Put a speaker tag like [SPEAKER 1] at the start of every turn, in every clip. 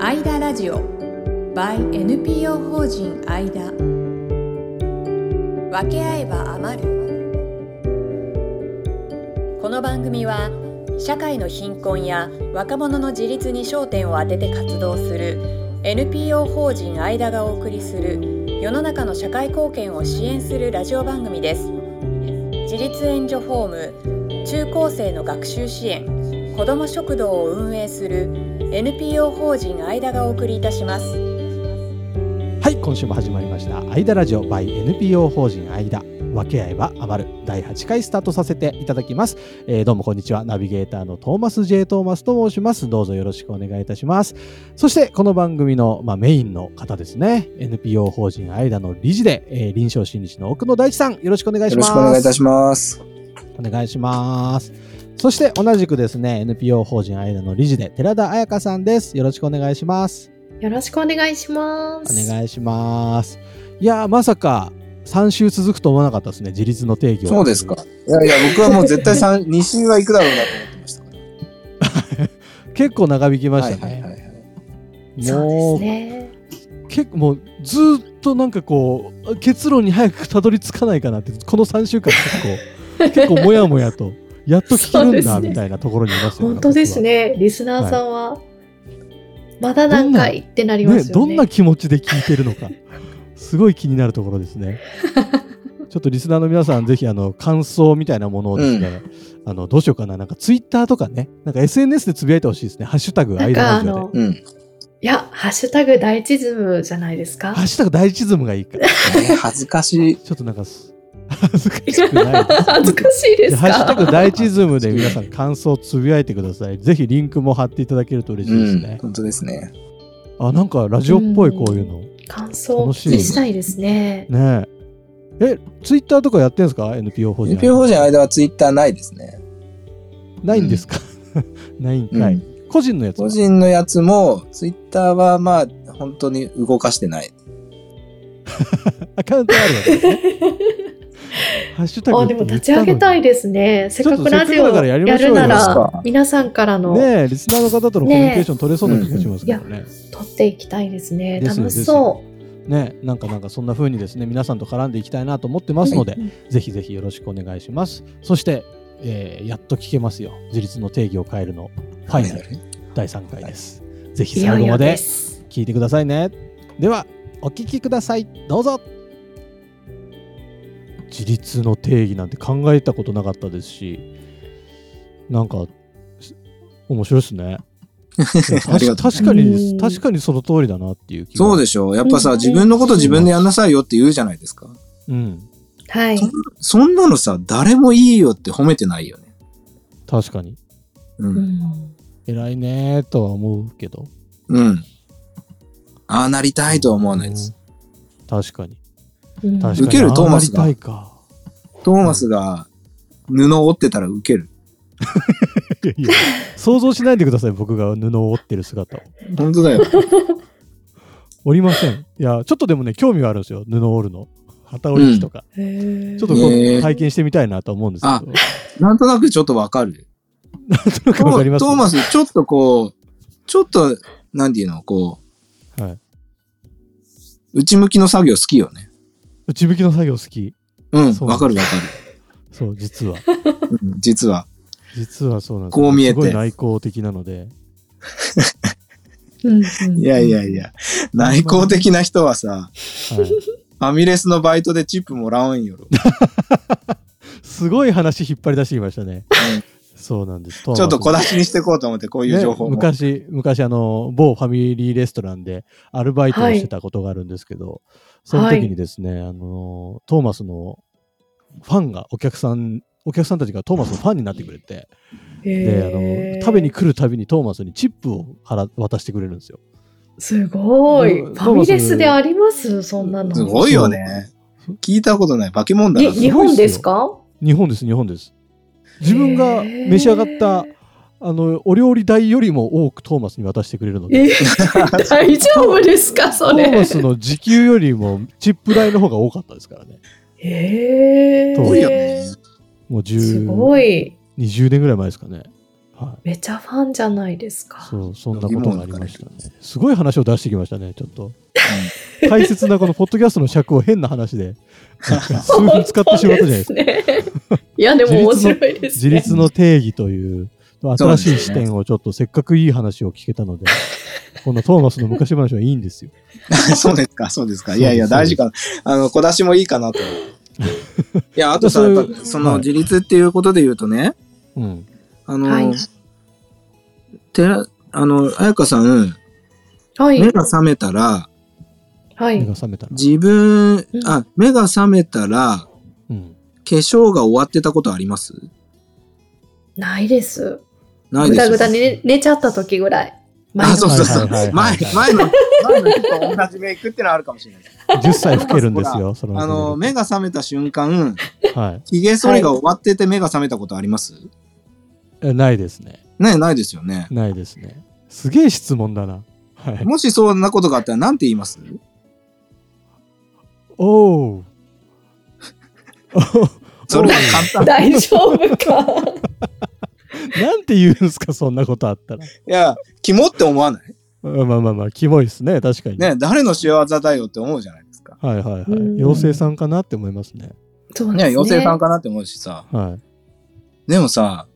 [SPEAKER 1] アイダラジオ by NPO 法人アイダ分け合えば余るこの番組は社会の貧困や若者の自立に焦点を当てて活動する NPO 法人アイダがお送りする世の中の社会貢献を支援するラジオ番組です自立援助ホーム中高生の学習支援子ども食堂を運営する NPO 法人アイダがお送りいたします
[SPEAKER 2] はい今週も始まりました「アイダラジオ by NPO 法人アイダ分け合えば余る」第8回スタートさせていただきます、えーどうもこんにちはナビゲーターのトーマス J トーマスと申しますどうぞよろしくお願いいたしますそしてこの番組の、まあ、メインの方ですね NPO 法人アイダの理事で、えー臨床心理士の奥野大地さんよろしくお願いし
[SPEAKER 3] よ
[SPEAKER 2] ます
[SPEAKER 3] ろしくお願いいたします。
[SPEAKER 2] お願いしますそして同じくですね NPO 法人アイダの理事で寺田彩香さんですよろしくお願いします
[SPEAKER 4] よろしくお願いします。
[SPEAKER 2] お願いします。いやー、まさか3週続くと思わなかったですね、自立の定義は。
[SPEAKER 3] そうですか。。いやいや、僕はもう絶対 三2週は行くだろうなと思ってましたから。
[SPEAKER 2] 結構長引きましたね。
[SPEAKER 3] はいはいはいはい。
[SPEAKER 4] そ
[SPEAKER 2] も
[SPEAKER 4] う
[SPEAKER 2] う
[SPEAKER 4] ですね。
[SPEAKER 2] 結構もうずーっとなんかこう結論に早くたどり着かないかなってこの3週間結構結構もやもやとやっと聞け
[SPEAKER 4] そ
[SPEAKER 2] る
[SPEAKER 4] うで
[SPEAKER 2] んだ
[SPEAKER 4] すね
[SPEAKER 2] みたいなところにいますよね。
[SPEAKER 4] 本当です
[SPEAKER 2] 僕
[SPEAKER 4] ね。リスナーさんは、まだ何回ってなり
[SPEAKER 2] は。
[SPEAKER 4] ま
[SPEAKER 2] ね
[SPEAKER 4] すよ
[SPEAKER 2] ど
[SPEAKER 4] ね。
[SPEAKER 2] んな気持ちで聞いてるのか すごい気になるところですね。ちょっとリスナーの皆さん、ぜひあの感想みたいなものをですね、あのどうしようかな、なんかツイッターとかね、なんか SNS でつぶやいてほしいですね、ハッシュタグ、ア
[SPEAKER 4] なん
[SPEAKER 2] イ
[SPEAKER 4] か
[SPEAKER 2] ダラ
[SPEAKER 4] あ
[SPEAKER 2] ジオで。
[SPEAKER 4] の、
[SPEAKER 3] うん。
[SPEAKER 4] いや、ハッシュタグ第一ズムじゃないですか
[SPEAKER 2] ハッ。シュタグ、第一ズムがいい か。
[SPEAKER 3] あれ恥ずかしい。
[SPEAKER 2] ちょっとなんかす、恥ずかしくないです。
[SPEAKER 4] 恥ずかしいで
[SPEAKER 2] じゃ
[SPEAKER 4] す
[SPEAKER 2] あハッシュタ
[SPEAKER 4] か。
[SPEAKER 2] グ、第一ズムで皆さん、感想をつぶやいてください。ぜひリンクも貼っていただけると嬉し
[SPEAKER 3] う
[SPEAKER 2] い
[SPEAKER 3] ん
[SPEAKER 2] ですね。。
[SPEAKER 3] 本当ですね。
[SPEAKER 2] あ、なんかラジオっぽい、こういうの。
[SPEAKER 4] 感想
[SPEAKER 2] 楽
[SPEAKER 4] 聞
[SPEAKER 2] しい
[SPEAKER 4] きしたいですね。
[SPEAKER 2] ねえ。え、ツイッターとかやってんですか ?NPO 法人。
[SPEAKER 3] NPO 法人の間はツイッターないですね。
[SPEAKER 2] ないんですか、ないん
[SPEAKER 3] うん
[SPEAKER 2] かい。個人のやつは
[SPEAKER 3] 個人のやつも、ツイッターはまあ、本当に動かしてない。
[SPEAKER 2] アカウントあるわけですね。ハッシュタグ
[SPEAKER 4] あ、でも立ち上げたい
[SPEAKER 2] で
[SPEAKER 4] ですね。せっかくラジ
[SPEAKER 2] ちょっとせっかくだ
[SPEAKER 4] オ
[SPEAKER 2] からや
[SPEAKER 4] や
[SPEAKER 2] りましょう
[SPEAKER 4] る
[SPEAKER 2] よ
[SPEAKER 3] そう
[SPEAKER 4] な、
[SPEAKER 3] ですから
[SPEAKER 4] 皆さんからの、
[SPEAKER 2] ねえ、リスナーの方とのコミュニケーション取れそうな気がしますけどね。
[SPEAKER 4] 撮っていきたいですね。
[SPEAKER 2] ですよ
[SPEAKER 4] 楽しそ
[SPEAKER 2] ねえ、なんかなんかそんな風にですね、皆さんと絡んでいきたいなと思ってます
[SPEAKER 4] う。
[SPEAKER 2] ので、
[SPEAKER 4] うん
[SPEAKER 2] ぜひぜひよろしくお願いします。そして、えーやっと聞けますよ。自立の定義を変えるのファイナル第3回です。ぜひ
[SPEAKER 4] いよ
[SPEAKER 2] 最
[SPEAKER 4] い
[SPEAKER 2] 後
[SPEAKER 4] よ
[SPEAKER 2] ま
[SPEAKER 4] で。
[SPEAKER 2] です聞いてくださいね。では、お聞きください。どうぞ。自立の定義なんて考えたことなかったですし、なんか、し面白いです ね。
[SPEAKER 3] ありが
[SPEAKER 2] 確
[SPEAKER 3] とう。
[SPEAKER 2] 確かに、
[SPEAKER 4] うん
[SPEAKER 2] 確かにその通りだなっていう気が
[SPEAKER 3] そうでしょう。やっぱさ、
[SPEAKER 4] うん
[SPEAKER 3] 自分のこと自分でやんなさいよって言うじゃないですか。
[SPEAKER 2] うん。
[SPEAKER 4] はい。
[SPEAKER 3] そんなのさ、誰もいいよって褒めてないよね。
[SPEAKER 2] 確かに。
[SPEAKER 3] う。
[SPEAKER 4] うんん
[SPEAKER 2] 偉いねーとは思うけど。
[SPEAKER 3] うん。ああなりたいとは思わないです。
[SPEAKER 2] うん。確かに。
[SPEAKER 4] うん
[SPEAKER 2] 確かに。
[SPEAKER 3] 受けるトーマスが
[SPEAKER 2] ああなりたい か。
[SPEAKER 3] トーマスが布を折ってたらウケる。
[SPEAKER 2] いやいや想像しないでください、僕が布を折ってる姿を。
[SPEAKER 3] 本当 だよ。
[SPEAKER 2] 折りません。いや、ちょっとでもね、興味はあるんですよ、布を折るの。旗折り機とか。
[SPEAKER 4] へー
[SPEAKER 2] ちょっとこ
[SPEAKER 3] へ
[SPEAKER 2] う
[SPEAKER 3] ー
[SPEAKER 2] 体験してみたいなと思うんですけど。
[SPEAKER 3] あなんとなくちょっとわかる。
[SPEAKER 2] なんとな
[SPEAKER 3] ト
[SPEAKER 2] くわかり
[SPEAKER 3] ー
[SPEAKER 2] ます
[SPEAKER 3] トーマス、ちょっとこう、ちょっと、なんていうの、こ
[SPEAKER 2] はい。
[SPEAKER 3] う、内向きの作業好きよね。
[SPEAKER 2] 内向きの作業好き。
[SPEAKER 3] うん、
[SPEAKER 2] そう
[SPEAKER 3] わかるわか
[SPEAKER 2] そう、実は。
[SPEAKER 3] る。うん実は。
[SPEAKER 2] 実はそうなんです。
[SPEAKER 3] こう見えて
[SPEAKER 2] すごい内向的なので。
[SPEAKER 4] うん
[SPEAKER 3] いやいやいや、内向的な人はさ、
[SPEAKER 2] はい、
[SPEAKER 3] ファミレスのバイトでチップもらうんよろ。
[SPEAKER 2] すごい話引っ張り出してきましたね。 そうなんです。トーマス
[SPEAKER 3] ちょっと小出しにしていこうと思って、こういう情報
[SPEAKER 2] ね
[SPEAKER 3] も。
[SPEAKER 2] 昔、昔、あの、某ファミリーレストランでアルバイトをしてたことがあるんですけど、その時にですね、あの、トーマスのファンが、お客さん、お客さんたちがトーマスのファンになってくれて、で、あの、食べに来るたびにトーマスにチップを払渡してくれるんですよ。
[SPEAKER 4] すごい。
[SPEAKER 2] う
[SPEAKER 4] フ
[SPEAKER 2] ん
[SPEAKER 4] ァミレスでありますそんなの。
[SPEAKER 3] すごいよね。聞いたことない。化け物だ
[SPEAKER 4] に
[SPEAKER 3] な。
[SPEAKER 4] 日本ですか
[SPEAKER 2] 日本です、日本です。自分が召し上がった、あの、お料理代よりも多くトーマスに渡してくれるので、
[SPEAKER 4] えー大丈夫ですか
[SPEAKER 2] ト
[SPEAKER 4] そ
[SPEAKER 2] ーマ
[SPEAKER 4] れ。
[SPEAKER 2] スの時給よりもチップ代の方が多かったですからね。
[SPEAKER 4] え
[SPEAKER 2] す
[SPEAKER 3] す
[SPEAKER 2] ご
[SPEAKER 3] ごいよ
[SPEAKER 4] ー
[SPEAKER 3] ね。
[SPEAKER 2] もう
[SPEAKER 4] す
[SPEAKER 2] 10、
[SPEAKER 4] ごい。
[SPEAKER 2] 20年ぐらい前ですかね。は
[SPEAKER 4] めちゃファンじゃないです
[SPEAKER 2] い、
[SPEAKER 4] か。
[SPEAKER 2] そうそんなことがありましたね。すごい話を出してきましたね、ちょっと。
[SPEAKER 3] う
[SPEAKER 2] 大切なこのポッドキャストの尺を変な話で、なんか数分使ってしまったじゃないですか。
[SPEAKER 4] 本当ですね。い や、でも面白いです
[SPEAKER 2] 自
[SPEAKER 4] ね。
[SPEAKER 2] 立の定義という、
[SPEAKER 3] そう
[SPEAKER 2] 新
[SPEAKER 3] です
[SPEAKER 2] し
[SPEAKER 3] ね
[SPEAKER 2] い視点をちょっとせっかくいい話を聞けた ので、このトーマスの昔話はいいんですよ。
[SPEAKER 3] ん そうですか、そうですか。いやいや、
[SPEAKER 2] そうで
[SPEAKER 3] 大
[SPEAKER 2] す
[SPEAKER 3] 事かな。あの、小出しもいいかなと。いや、あとさ、
[SPEAKER 2] そう
[SPEAKER 3] や
[SPEAKER 2] いう
[SPEAKER 3] っぱ、そ
[SPEAKER 2] はい
[SPEAKER 3] の自立っていうことで言うとね、
[SPEAKER 2] うん。
[SPEAKER 3] あの、
[SPEAKER 4] はい
[SPEAKER 3] てら、あの、彩香さん、
[SPEAKER 4] はい
[SPEAKER 3] 目。が覚めたら、
[SPEAKER 4] は
[SPEAKER 2] 目
[SPEAKER 4] い
[SPEAKER 2] が。覚めたら。
[SPEAKER 3] 自分
[SPEAKER 4] う、ん
[SPEAKER 3] あ、目が覚めたら、
[SPEAKER 2] うん。
[SPEAKER 3] 化粧が終わってたことあります
[SPEAKER 4] ないです。
[SPEAKER 3] ない
[SPEAKER 4] ぐ
[SPEAKER 3] で
[SPEAKER 4] だ
[SPEAKER 3] す
[SPEAKER 4] ぐだに寝ちゃった時ぐらい。
[SPEAKER 3] あ、そうそうそ
[SPEAKER 2] は
[SPEAKER 3] う
[SPEAKER 2] いはいはい。は
[SPEAKER 3] 前
[SPEAKER 2] い、
[SPEAKER 3] 前の、前の人と同じメイクってのはあるかもしれないです。
[SPEAKER 2] 10歳老けるんですよ、その。
[SPEAKER 3] あの、目が覚めた瞬間、
[SPEAKER 2] はい
[SPEAKER 3] 髭剃りが終わってて目が覚めたことあります
[SPEAKER 2] え。ないですね。
[SPEAKER 3] ねないですよね。
[SPEAKER 2] ないですね。すげえ質問だな。はい。
[SPEAKER 3] もしそんなことがあったら何て言います
[SPEAKER 2] お う。
[SPEAKER 3] それは簡単。
[SPEAKER 4] 大丈夫か。
[SPEAKER 2] なんて言うんですか、そんなことあったら。
[SPEAKER 3] いや、肝って思わない
[SPEAKER 2] うんまあまあまあ、キモいですね、確かに。
[SPEAKER 3] ね誰の仕業だよって思うじゃないですか。
[SPEAKER 2] はいはいはい。
[SPEAKER 4] うん
[SPEAKER 2] 妖精さんかなって思いますね。
[SPEAKER 4] そうです
[SPEAKER 3] ね
[SPEAKER 4] ね。
[SPEAKER 3] 妖精さんかなって思うしさ。
[SPEAKER 2] はい。
[SPEAKER 3] でもさ、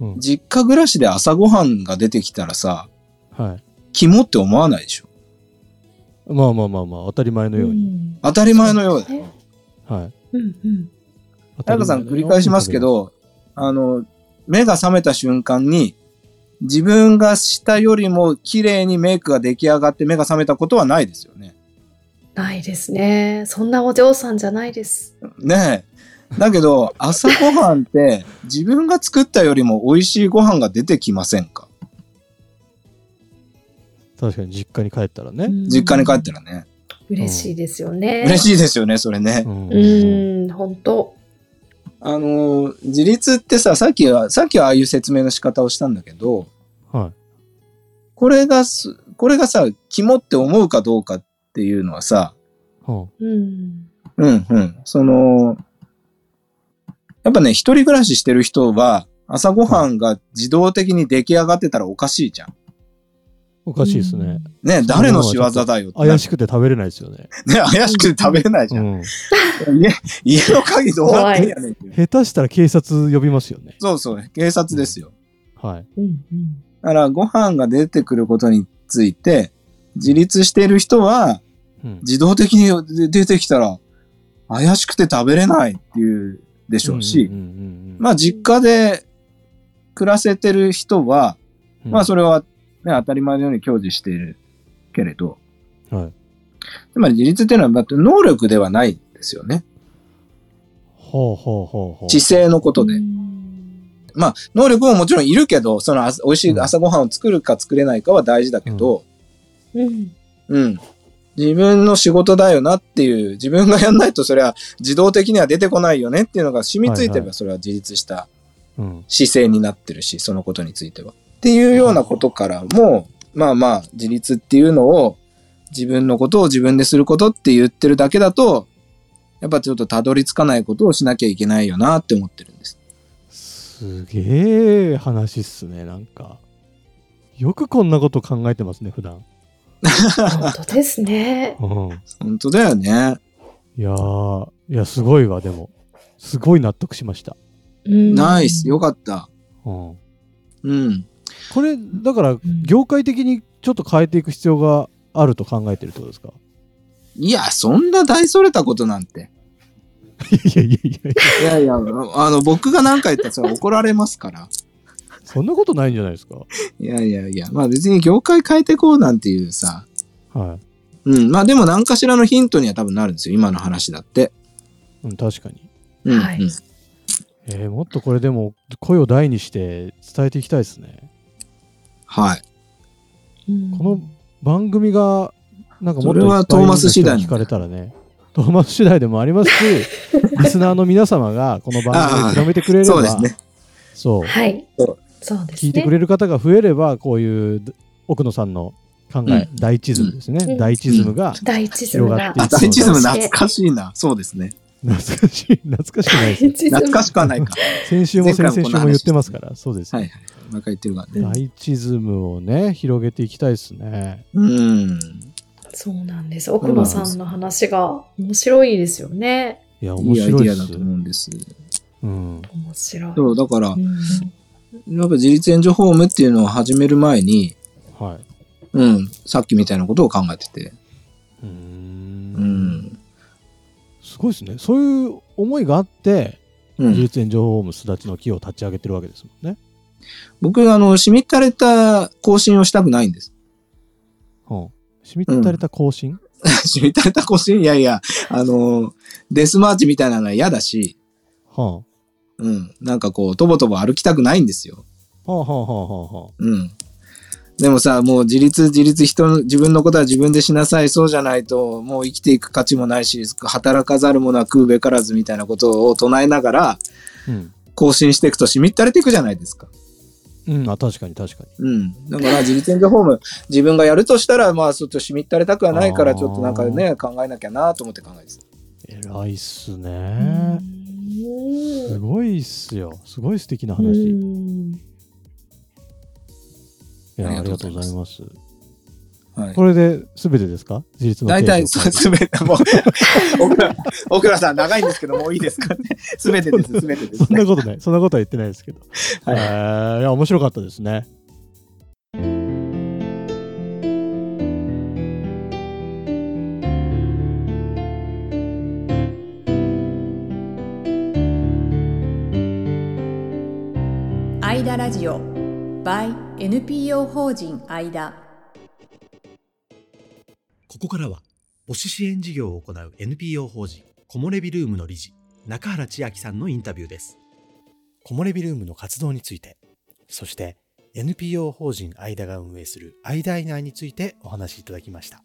[SPEAKER 2] うん、
[SPEAKER 3] 実家暮らしで朝ごはんが出てきたらさ、
[SPEAKER 2] はい。
[SPEAKER 3] 肝って思わないでしょ。
[SPEAKER 2] まあまあまあまあ、当たり前のように。
[SPEAKER 4] ん
[SPEAKER 3] 当たり前のようだ。
[SPEAKER 4] ね
[SPEAKER 2] はい。
[SPEAKER 4] うんうん。
[SPEAKER 3] 彩香さん繰り返しますけど、あの、目が覚めた瞬間に、自分がしたよりも綺麗にメイクが出来上がって目が覚めたことはないですよね。
[SPEAKER 4] ないですね。そんなお嬢さんじゃないです。
[SPEAKER 3] ねえ。だけど、朝ごはんって自分が作ったよりも美味しいご飯が出てきませんか
[SPEAKER 2] 確かに実家に帰ったらね。
[SPEAKER 4] 実
[SPEAKER 3] 実家に帰ったらね。
[SPEAKER 4] 嬉しいですよね。
[SPEAKER 3] 嬉
[SPEAKER 4] い。
[SPEAKER 3] しいですよね、それね
[SPEAKER 2] う。ん
[SPEAKER 4] うん、本当。
[SPEAKER 3] あのー、自立ってさ、さっきは、さっきはああいう説明の仕方をしたんだけど、
[SPEAKER 2] は
[SPEAKER 3] これがす、これがさ、肝って思うかどうかっていうのはさ、
[SPEAKER 2] い。うん
[SPEAKER 4] うん。
[SPEAKER 3] うんうん。その、やっぱね、一人暮らししてる人は、朝ごはんが自動的に出来上がってたらおかしいじゃん。
[SPEAKER 2] おかしいですね。
[SPEAKER 3] ね、誰の仕業だよって。
[SPEAKER 2] 怪しくて食べれないですよね。
[SPEAKER 3] ね、怪しくて食べれないじゃん。
[SPEAKER 2] うん
[SPEAKER 3] 家家の鍵どうなってんやねんっていう。
[SPEAKER 2] 下手したら警察呼びますよね。
[SPEAKER 3] そうそう、警察ですよ。
[SPEAKER 2] はい。
[SPEAKER 4] うんうん。
[SPEAKER 3] だから、ご飯が出てくることについて、自立してる人は、
[SPEAKER 2] うん
[SPEAKER 3] 自動的に出てきたら、怪しくて食べれないっていうでしょうし、
[SPEAKER 2] うんうんうんうん
[SPEAKER 3] まあ実家で暮らせてる人は、
[SPEAKER 2] うん
[SPEAKER 3] まあそれは、ね、当たり前のように享受しているけれど、
[SPEAKER 2] はい。
[SPEAKER 3] つまり自立っていうのはだって能力ではないんですよね。
[SPEAKER 2] ほうほうほうほう。
[SPEAKER 3] 知性のことで。まあ能力ももちろんいるけど、そのあ美味しい朝ごはんを作るか作れないかは大事だけど、
[SPEAKER 4] うん。
[SPEAKER 3] うん。自分の仕事だよなっていう、自分がやんないとそれは自動的には出てこないよねっていうのが染みついて
[SPEAKER 2] はい
[SPEAKER 3] れ
[SPEAKER 2] は
[SPEAKER 3] ばそれは自立した
[SPEAKER 2] うん。
[SPEAKER 3] 姿勢になってるし、そのことについては。っていうようなことからも、まあまあ、自立っていうのを、自分のことを自分ですることって言ってるだけだと、やっぱちょっとたどり着かないことをしなきゃいけないよなって思ってるんです。
[SPEAKER 2] すげえ話っすね、なんか。よくこんなこと考えてますね、普段。
[SPEAKER 4] 本当ですね。
[SPEAKER 2] うん。
[SPEAKER 3] 本当だよね。
[SPEAKER 2] いやー、いや、すごいわ、でも。すごい納得しました。
[SPEAKER 4] うん
[SPEAKER 3] ナイス、よかった。
[SPEAKER 2] うん。
[SPEAKER 3] うん。
[SPEAKER 2] これだから業界的にちょっと変えていく必要があると考えてるってことですか
[SPEAKER 3] いや、そんな大それたことなんて。
[SPEAKER 2] いやいやいやいや
[SPEAKER 3] いやいや、 あの、僕が何か言ったらそれ怒られますから。
[SPEAKER 2] そんなことないんじゃないですか
[SPEAKER 3] いやいやいや、まあ別に業界変えてこうなんていうさ。
[SPEAKER 2] はい、
[SPEAKER 3] うん。まあでも何かしらのヒントには多分なるんですよ。今の話だって。
[SPEAKER 2] うん、確かに、
[SPEAKER 3] うんうん
[SPEAKER 4] はい
[SPEAKER 2] えーもっとこれでも声を大にして伝えていきたいですね
[SPEAKER 3] はい。
[SPEAKER 4] うん
[SPEAKER 2] この番組がなんかもっと
[SPEAKER 3] それはい
[SPEAKER 2] っぱい
[SPEAKER 3] トーマス次第
[SPEAKER 2] の人に聞かれたらねトーマス次第でもありますしリスナーの皆様がこの番組を広めてくれれば
[SPEAKER 3] そうですね。
[SPEAKER 2] そう
[SPEAKER 4] はい
[SPEAKER 3] そう。
[SPEAKER 4] そうです
[SPEAKER 2] 聞
[SPEAKER 4] ね。
[SPEAKER 2] いてくれる方が増えればこういう奥野さんの考え、
[SPEAKER 3] うん
[SPEAKER 2] 第一大地図ですね、
[SPEAKER 4] うん
[SPEAKER 2] 第一大地図が
[SPEAKER 4] 第一ズムが
[SPEAKER 2] 広がっていく
[SPEAKER 3] ダイチズム
[SPEAKER 4] そして
[SPEAKER 3] 懐かしいな。そうですね。
[SPEAKER 2] 懐かしい、懐かしくないですよ。
[SPEAKER 4] 懐
[SPEAKER 3] 懐かしくはないか。
[SPEAKER 2] 先週も先々週
[SPEAKER 3] 前回もこの話
[SPEAKER 2] も言ってますから、そうです
[SPEAKER 3] は
[SPEAKER 2] ね。
[SPEAKER 3] いはい。毎回言ってるからね。
[SPEAKER 2] ライチズムをね、広げていきたいですね。
[SPEAKER 3] うん。
[SPEAKER 4] そうなんです。奥野さんの話が面白いですよね。
[SPEAKER 2] いや、面
[SPEAKER 3] いいアイ
[SPEAKER 2] 白い
[SPEAKER 3] デ
[SPEAKER 2] で
[SPEAKER 3] アだ
[SPEAKER 2] す
[SPEAKER 3] と。思うんです。
[SPEAKER 2] うん。
[SPEAKER 4] 面白い。
[SPEAKER 3] そう、だから
[SPEAKER 4] う、ん
[SPEAKER 3] やっぱ自立援助ホームっていうのを始める前に、
[SPEAKER 2] はい。
[SPEAKER 3] うん、さっきみたいなことを考えてて。
[SPEAKER 2] うー。
[SPEAKER 3] うんん。
[SPEAKER 2] すごいですね。そういう思いがあって、
[SPEAKER 3] う
[SPEAKER 2] 自
[SPEAKER 3] ん、
[SPEAKER 2] 立援助ホームすだちの木を立ち上げてるわけですもんね。
[SPEAKER 3] 僕、あの、しみったれた更新をしたくないんです。
[SPEAKER 2] うん。しみったれた更新、
[SPEAKER 3] しみったれた更新いやいや、あの、デスマーチみたいなのは嫌だし、
[SPEAKER 2] は
[SPEAKER 3] うん、なんかこう、とぼとぼ歩きたくないんですよ。
[SPEAKER 2] あ、はあはあはあはあはあ。
[SPEAKER 3] うん。でもさ、もう自立、自立、人の、自分のことは自分でしなさい、そうじゃないと、もう生きていく価値もないし、働かざる者は食うべからずみたいなことを唱えながら、
[SPEAKER 2] うん。
[SPEAKER 3] 更新していくとしみったれていくじゃないですか。
[SPEAKER 2] うん、あ確かに確かに。
[SPEAKER 3] うん。だから、自立援助ホーム、自分がやるとしたら、まあ、ちょっとしみったれたくはないから、ちょっとなんかね、考えなきゃなと思って考えてた。
[SPEAKER 2] 偉いっす
[SPEAKER 4] う
[SPEAKER 2] ね。す
[SPEAKER 4] ん
[SPEAKER 2] ごいっすよ。すごい素敵な話。いや、あ
[SPEAKER 3] あ
[SPEAKER 2] りが
[SPEAKER 3] り
[SPEAKER 2] と
[SPEAKER 3] がと
[SPEAKER 2] う
[SPEAKER 3] う
[SPEAKER 2] ご
[SPEAKER 3] ご
[SPEAKER 2] ざ
[SPEAKER 3] ざ
[SPEAKER 2] い
[SPEAKER 3] い
[SPEAKER 2] ます。
[SPEAKER 3] はい
[SPEAKER 2] こ。れで全てですか自立の
[SPEAKER 3] 大体、
[SPEAKER 2] 提唱会
[SPEAKER 3] すべて、もう、 奥倉奥倉さん、長いんですけど、もういいですかね。すべてです、すべてで
[SPEAKER 2] そ
[SPEAKER 3] す
[SPEAKER 2] ん
[SPEAKER 3] ね、
[SPEAKER 2] なことない。そんなことは言ってないですけど。
[SPEAKER 3] は
[SPEAKER 2] はいい、いや、面白かったですね。
[SPEAKER 1] アイダラジオ by NPO 法人アイダ
[SPEAKER 5] ここからは、母子支援事業を行う NPO 法人コモレビルームの理事、中原千秋さんのインタビューです。コモレビルームの活動について、そして NPO 法人アイダが運営するアイダイナーについてお話しいただきました。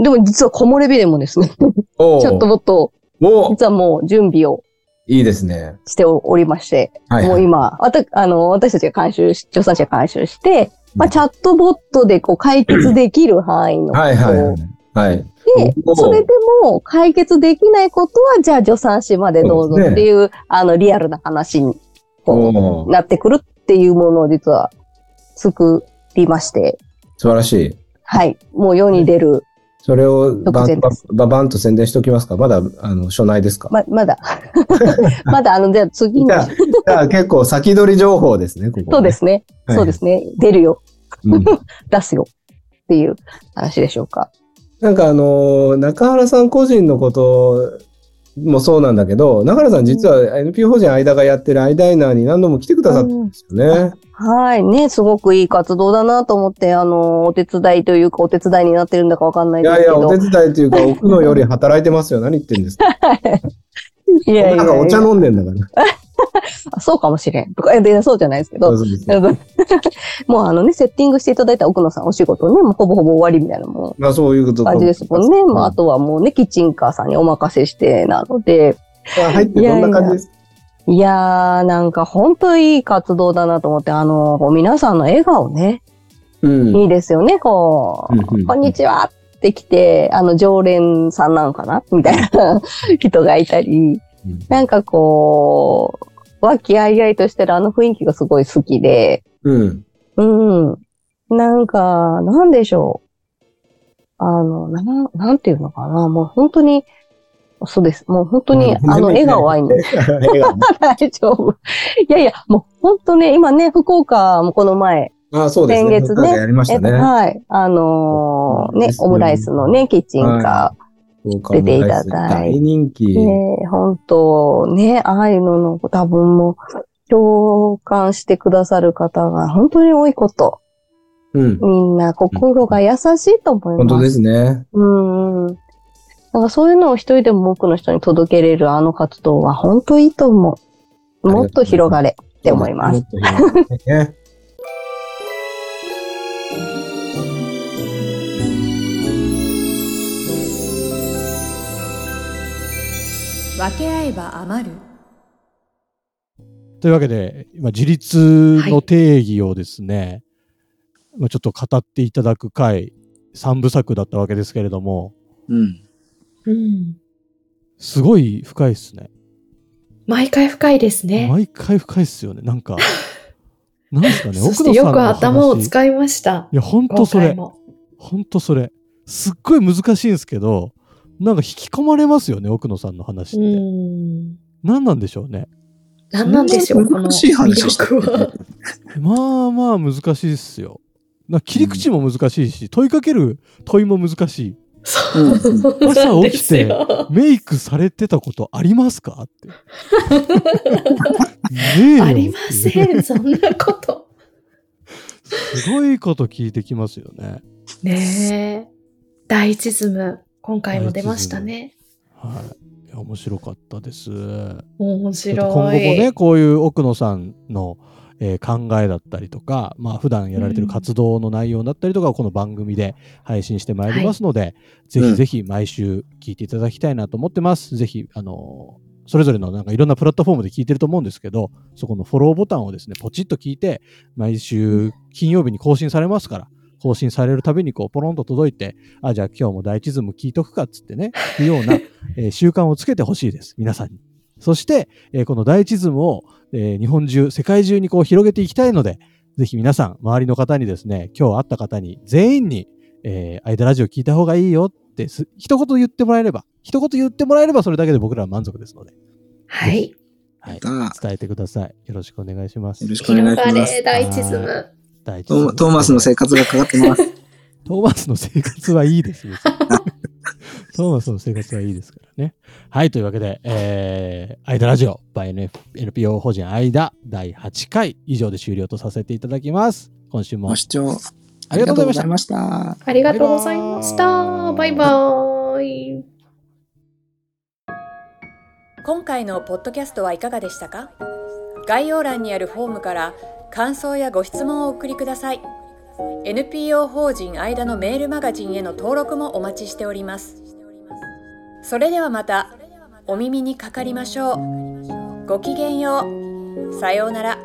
[SPEAKER 6] でも実は木漏れ日でもですね、チ
[SPEAKER 7] お
[SPEAKER 6] ャットボット、
[SPEAKER 7] お
[SPEAKER 6] 実はもう準備を
[SPEAKER 7] いいですね。
[SPEAKER 6] しておりまして、
[SPEAKER 7] はい、
[SPEAKER 6] も
[SPEAKER 7] は
[SPEAKER 6] う
[SPEAKER 7] い。
[SPEAKER 6] 今、あたあの私たちが監修し、助産師が監修して、まあ、
[SPEAKER 7] うん
[SPEAKER 6] チャットボットでこう解決できる範囲のこと
[SPEAKER 7] はいはいはいはい。
[SPEAKER 6] で
[SPEAKER 7] お、ー
[SPEAKER 6] それでも解決できないことは、じゃあ助産師までどうぞ
[SPEAKER 7] そうですね
[SPEAKER 6] っていう、あの、リアルな話にこ
[SPEAKER 7] お
[SPEAKER 6] う
[SPEAKER 7] ー
[SPEAKER 6] なってくるっていうものを実は作りまして、
[SPEAKER 7] 素晴らしい。
[SPEAKER 6] はい、もう世に出る、
[SPEAKER 7] それをバ
[SPEAKER 6] 独
[SPEAKER 7] ン
[SPEAKER 6] 善
[SPEAKER 7] バ
[SPEAKER 6] です
[SPEAKER 7] ババンと宣伝しておきますかまだ、あの、初内ですか、
[SPEAKER 6] ま、まだ、 まだあの、じゃあ次
[SPEAKER 7] じ
[SPEAKER 6] の
[SPEAKER 7] ゃあ、じゃあ結構先取り情報ですね、ここ、
[SPEAKER 6] そうで。すね。
[SPEAKER 7] はい
[SPEAKER 6] そうですね。出るよ。
[SPEAKER 7] うん、
[SPEAKER 6] 出すよ。っていう話でしょうか。
[SPEAKER 7] なんかあのー中原さん個人のこともそうなんだけど、中原さん実は NPO 法人間がやってるアイダイナーに何度も来てくださったんですよね。
[SPEAKER 6] はい。ね、すごくいい活動だなと思って、あの、お手伝いというか、お手伝いになってるんだかわかんない
[SPEAKER 7] い
[SPEAKER 6] です
[SPEAKER 7] やい
[SPEAKER 6] け
[SPEAKER 7] や、お
[SPEAKER 6] ど
[SPEAKER 7] 手。伝いとい うか、奥野より働いてますよ。何言ってんですか。
[SPEAKER 6] いや
[SPEAKER 7] なんかお茶飲んでんだから。
[SPEAKER 6] あそうかもしれん。とか、いやそうじゃないですけど
[SPEAKER 7] そう。そうそう
[SPEAKER 6] あの もうあのね、セッティングしていただいた奥野さんお仕事ね、もうほぼほぼ終わりみたいなも
[SPEAKER 7] まあそういうこと
[SPEAKER 6] う
[SPEAKER 7] と
[SPEAKER 6] 感じですもんね。まああとはもうね、キッチンカーさんにお任せしてなので、
[SPEAKER 7] あ入ってどんな感じですか
[SPEAKER 6] いやー、なんか本当いい活動だなと思って、あの、こう皆さんの笑顔ね、
[SPEAKER 7] うん
[SPEAKER 6] いいですよね、こう、
[SPEAKER 7] うんうん
[SPEAKER 6] こんにちはって来て、あの、常連さんなのかなみたいな 人がいたり、
[SPEAKER 7] うん
[SPEAKER 6] なんかこう、和気あいあいとしてるあの雰囲気がすごい好きで、
[SPEAKER 7] うん。
[SPEAKER 6] うん。なんか、なんでしょう。あの、なん、なんていうのかな。もう本当に、そうです。もう本当に、 あの、笑顔はいいんで
[SPEAKER 7] 笑顔ね
[SPEAKER 6] 大丈夫。いやいや、もう本当ね、今ね、福岡もこの前、
[SPEAKER 7] あ、そうですね。
[SPEAKER 6] 先月ね
[SPEAKER 7] なんかやりまし
[SPEAKER 6] え
[SPEAKER 7] た
[SPEAKER 6] っと
[SPEAKER 7] ね。
[SPEAKER 6] はい、あのー
[SPEAKER 7] そう
[SPEAKER 6] ね
[SPEAKER 7] です、ね
[SPEAKER 6] オムライスのね、キッチンカ
[SPEAKER 7] そう
[SPEAKER 6] 出ていただいて
[SPEAKER 7] 大人気
[SPEAKER 6] ー。。ね、本当ね、ああいうのの多分もう、共感してくださる方が本当に多いこと。
[SPEAKER 7] うん。
[SPEAKER 6] みんな心が優しいと思います。
[SPEAKER 7] 本当ですね。
[SPEAKER 6] うんうん。なんかそういうのを一人でも多くの人に届けれるあの活動は本当いいと思う。もっと広がれって思います。
[SPEAKER 7] もっと広がってね。
[SPEAKER 1] ー分け合えば余る
[SPEAKER 2] というわけで、今、自立の定義をですね、まあちょっと語っていただく回、三部作だったわけですけれども、
[SPEAKER 3] うん。
[SPEAKER 4] うん。
[SPEAKER 2] すごい深いですね。
[SPEAKER 4] 毎回深いですね。
[SPEAKER 2] 毎回深いっすよね。 なんか、なんですかね、
[SPEAKER 4] そし
[SPEAKER 2] 奥
[SPEAKER 4] て
[SPEAKER 2] 野さん
[SPEAKER 4] よ
[SPEAKER 2] の
[SPEAKER 4] く頭を
[SPEAKER 2] 話
[SPEAKER 4] 使いました。
[SPEAKER 2] いや、ほんと
[SPEAKER 4] 今
[SPEAKER 2] それ
[SPEAKER 4] 回。も。
[SPEAKER 2] ほんとそれ。すっごい難しいんですけど、なんか引き込まれますよね、奥野さんの話っ
[SPEAKER 4] う
[SPEAKER 2] て。
[SPEAKER 4] ん。
[SPEAKER 2] 何なんでしょうね。
[SPEAKER 4] 何なんでしょう、この
[SPEAKER 3] 難しい
[SPEAKER 4] 魅
[SPEAKER 3] 話した
[SPEAKER 4] 力は。
[SPEAKER 2] まあまあ難しいっすよ。な切り口も難しいし、問いかける問いも難しい。
[SPEAKER 4] そう
[SPEAKER 2] 朝
[SPEAKER 4] なん
[SPEAKER 2] 起
[SPEAKER 4] で
[SPEAKER 2] き
[SPEAKER 4] す
[SPEAKER 2] て
[SPEAKER 4] よ。
[SPEAKER 2] メイクされてたことありますか って。ねえよ
[SPEAKER 4] ありま
[SPEAKER 2] ってい
[SPEAKER 4] せ、
[SPEAKER 2] うん
[SPEAKER 4] そんなこと。
[SPEAKER 2] すごいこと聞いてきますよね。
[SPEAKER 4] ねえ。第一ズム、今回も出ましたね。
[SPEAKER 2] はい。いや面白かったです。
[SPEAKER 4] 面
[SPEAKER 2] ちょっと
[SPEAKER 4] 白い。
[SPEAKER 2] 今後もね、こういう奥野さんの、えー考えだったりとか、まあ普段やられてる活動の内容だったりとかをこの番組で配信してまいりますので、ぜひぜひ毎週聞いていただきたいなと思ってます。ぜひ、あのーそれぞれのなんかいろんなプラットフォームで聞いてると思うんですけど、そこのフォローボタンをですね、ポチッと聞いて、毎週金曜日に更新されますから、更新されるたびにこう、ポロンと届いて、あ、じゃあ今日も第一ズム聞いとくかっつってね、いうような、えー習慣をつけてほしいです。皆さんに。そして、えーこの第一ズムを、えー日本中、世界中にこう広げていきたいので、ぜひ皆さん、周りの方にですね、今日会った方に、全員に、えー、間ラジオ聞いた方がいいよってす、一言言ってもらえれば、一言言ってもらえれば、それだけで僕らは満足ですので、
[SPEAKER 4] はい。
[SPEAKER 2] はい、
[SPEAKER 3] だ
[SPEAKER 2] 伝えてください。よろしくお願いします
[SPEAKER 3] よ。ろしくお願
[SPEAKER 4] 広
[SPEAKER 3] いしま
[SPEAKER 4] が
[SPEAKER 3] す
[SPEAKER 4] れ、。第一ズム。
[SPEAKER 2] 第一ズ
[SPEAKER 3] ト
[SPEAKER 2] ム
[SPEAKER 3] ートーマスの生活がかかってます。
[SPEAKER 2] トーマスの生活はいいです。 別にトーマスの生活はいいですからね。はい、というわけで、えー、アイダラジオ by NPO 法人アイダ第8回以上で終了とさせていただきます。今週も
[SPEAKER 3] ご視聴
[SPEAKER 2] ありがとうございま
[SPEAKER 3] した。
[SPEAKER 4] ありがとうございました。
[SPEAKER 2] バ
[SPEAKER 4] バ
[SPEAKER 2] イ
[SPEAKER 4] イ
[SPEAKER 2] バ
[SPEAKER 4] バイ。
[SPEAKER 1] 今回のポッドキャストはいかがでしたか概要欄にあるフォームから感想やご質問をお送りください NPO 法人間のメールマガジンへの登録もお待ちしておりますそれではまたお耳にかかりましょうごきげんようさようならこ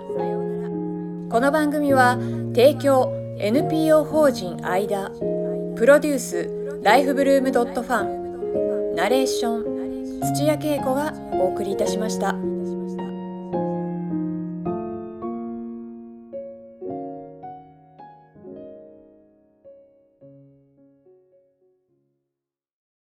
[SPEAKER 1] の番組は提供 NPO 法人間プロデュースライフブルームドットファンナレーション土屋恵子がお送りいたしました。